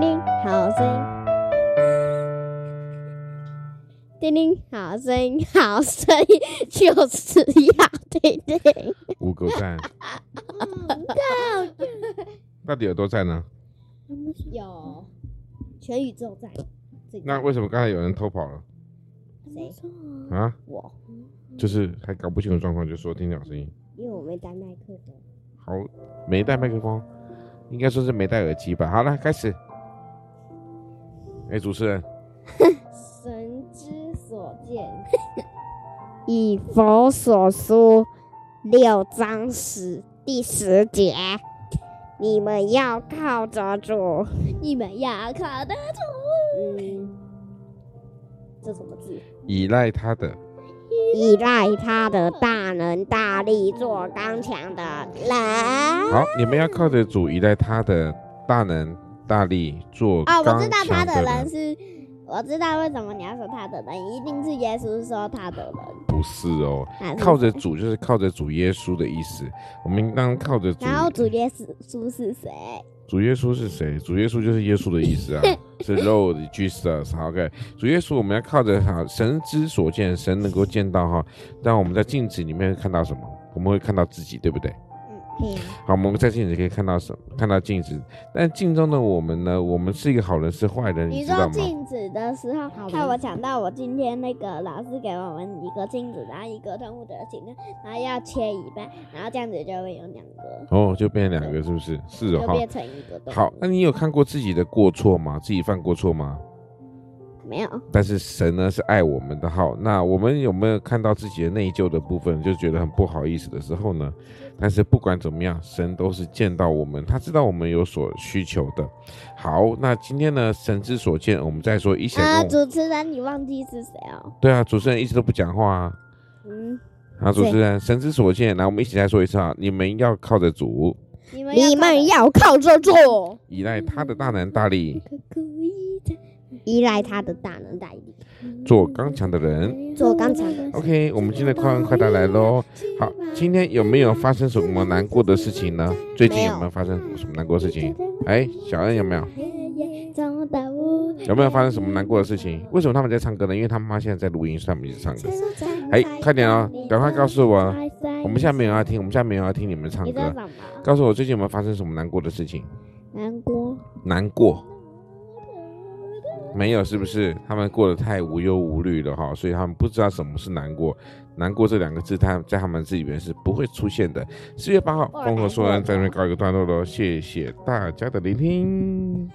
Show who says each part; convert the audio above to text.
Speaker 1: 听好声音，听听好声音，好声音就是要听听。
Speaker 2: 五个赞，
Speaker 3: 啊
Speaker 2: 到底有多赞呢？
Speaker 3: 有全宇宙在，最
Speaker 2: 那为什么刚才有人偷跑了
Speaker 3: 谁？
Speaker 2: 啊？
Speaker 3: 我，
Speaker 2: 就是还搞不清楚状况，就说听鸟声音，
Speaker 3: 因为我没带麦克风。
Speaker 2: 好，没带麦克风，应该说是没戴耳机吧。好了，开始。哎，主持人，
Speaker 3: 神之所见，
Speaker 1: 以佛所书六章十第十节，你们要靠着主。
Speaker 3: 你们要靠得住。嗯，这什么字？
Speaker 2: 依赖他的
Speaker 1: 依赖他的大能大力做刚强的人。
Speaker 2: 好，你们要靠着主，依赖他的大能大力做
Speaker 3: 哦，我
Speaker 2: 刚
Speaker 3: 知道他
Speaker 2: 强
Speaker 3: 的人
Speaker 2: 人，
Speaker 3: 是，我知道为什么你要说他的人，一定是耶稣说他的人。
Speaker 2: 不是哦。
Speaker 3: 哪是
Speaker 2: 靠着主就是靠着主耶稣的意思。我们刚刚靠着主，
Speaker 3: 然后主耶稣是谁？
Speaker 2: 主耶稣是谁？主耶稣就是耶稣的意思啊，是 Lord Jesus。好，OK，主啊耶稣我们要靠着哈神之所见，神能够见到哈。但我们在镜子里面会看到什么？我们会看到自己，对不对？
Speaker 3: 嗯
Speaker 2: 好，我们在镜子可以看到什么？看到镜子，但镜中的我们呢？我们是一个好人，是坏人，
Speaker 3: 你
Speaker 2: 你知
Speaker 3: 说
Speaker 2: 道吗？
Speaker 3: 镜子的时候
Speaker 1: 好，
Speaker 3: 害
Speaker 1: 的
Speaker 3: 我想到我今天那个老师给我们一个镜子，然后一个动物的形状，然后要切一半，然后这样子就会有两个，
Speaker 2: 哦，就变成两个，是不是？是哦，
Speaker 3: 就变成一个动物。
Speaker 2: 好好。那你有看过自己的过错吗？自己犯过错吗？
Speaker 3: 没有，
Speaker 2: 但是神呢是爱我们的好，那我们有没有看到自己的内疚的部分，就觉得很不好意思的时候呢？但是不管怎么样，神都是见到我们，他知道我们有所需求的。好，那今天呢，神之所见，我们再说一起来
Speaker 3: 啊，
Speaker 2: 跟我。
Speaker 3: 主持人你忘记是谁哦？
Speaker 2: 对啊，主持人一直都不讲话啊。
Speaker 3: 嗯，
Speaker 2: 啊，主持人，神之所见，来，我们一起来说一次啊！你们要靠着主，
Speaker 3: 你们
Speaker 1: 你们要靠着主，
Speaker 2: 依赖他的大能大力，
Speaker 3: 故意的
Speaker 1: 依赖他的大能大力。
Speaker 2: 做刚强的
Speaker 3: 嗯
Speaker 2: 人。
Speaker 1: 做刚才的
Speaker 2: OK，我们今天的快问快答来喽。好，今天有没有发生什么难过的事情呢？最近有没有发生什么难过的事情？哎，小恩有没有？
Speaker 3: 中的屋，
Speaker 2: 有没有发生什么难过的事情？为什么他们在唱歌呢？因为他妈现在在录音，所以他们一直唱歌。哎，快点哦，赶快告诉我，我们现在没有要听，我们现在没有要听你们唱
Speaker 3: 你在
Speaker 2: 歌。
Speaker 3: 什么？
Speaker 2: 告诉我最近有没有发生什么难过的事情？
Speaker 3: 难过。
Speaker 2: 难过。没有，是不是？他们过得太无忧无虑了哈，所以他们不知道什么是难过。难过这两个字，他在他们字里面是不会出现的。四月八号，
Speaker 3: 过得
Speaker 2: 综合
Speaker 3: 难
Speaker 2: 说
Speaker 3: 过
Speaker 2: 呢，在这边告一个段落喽，谢谢大家的聆听。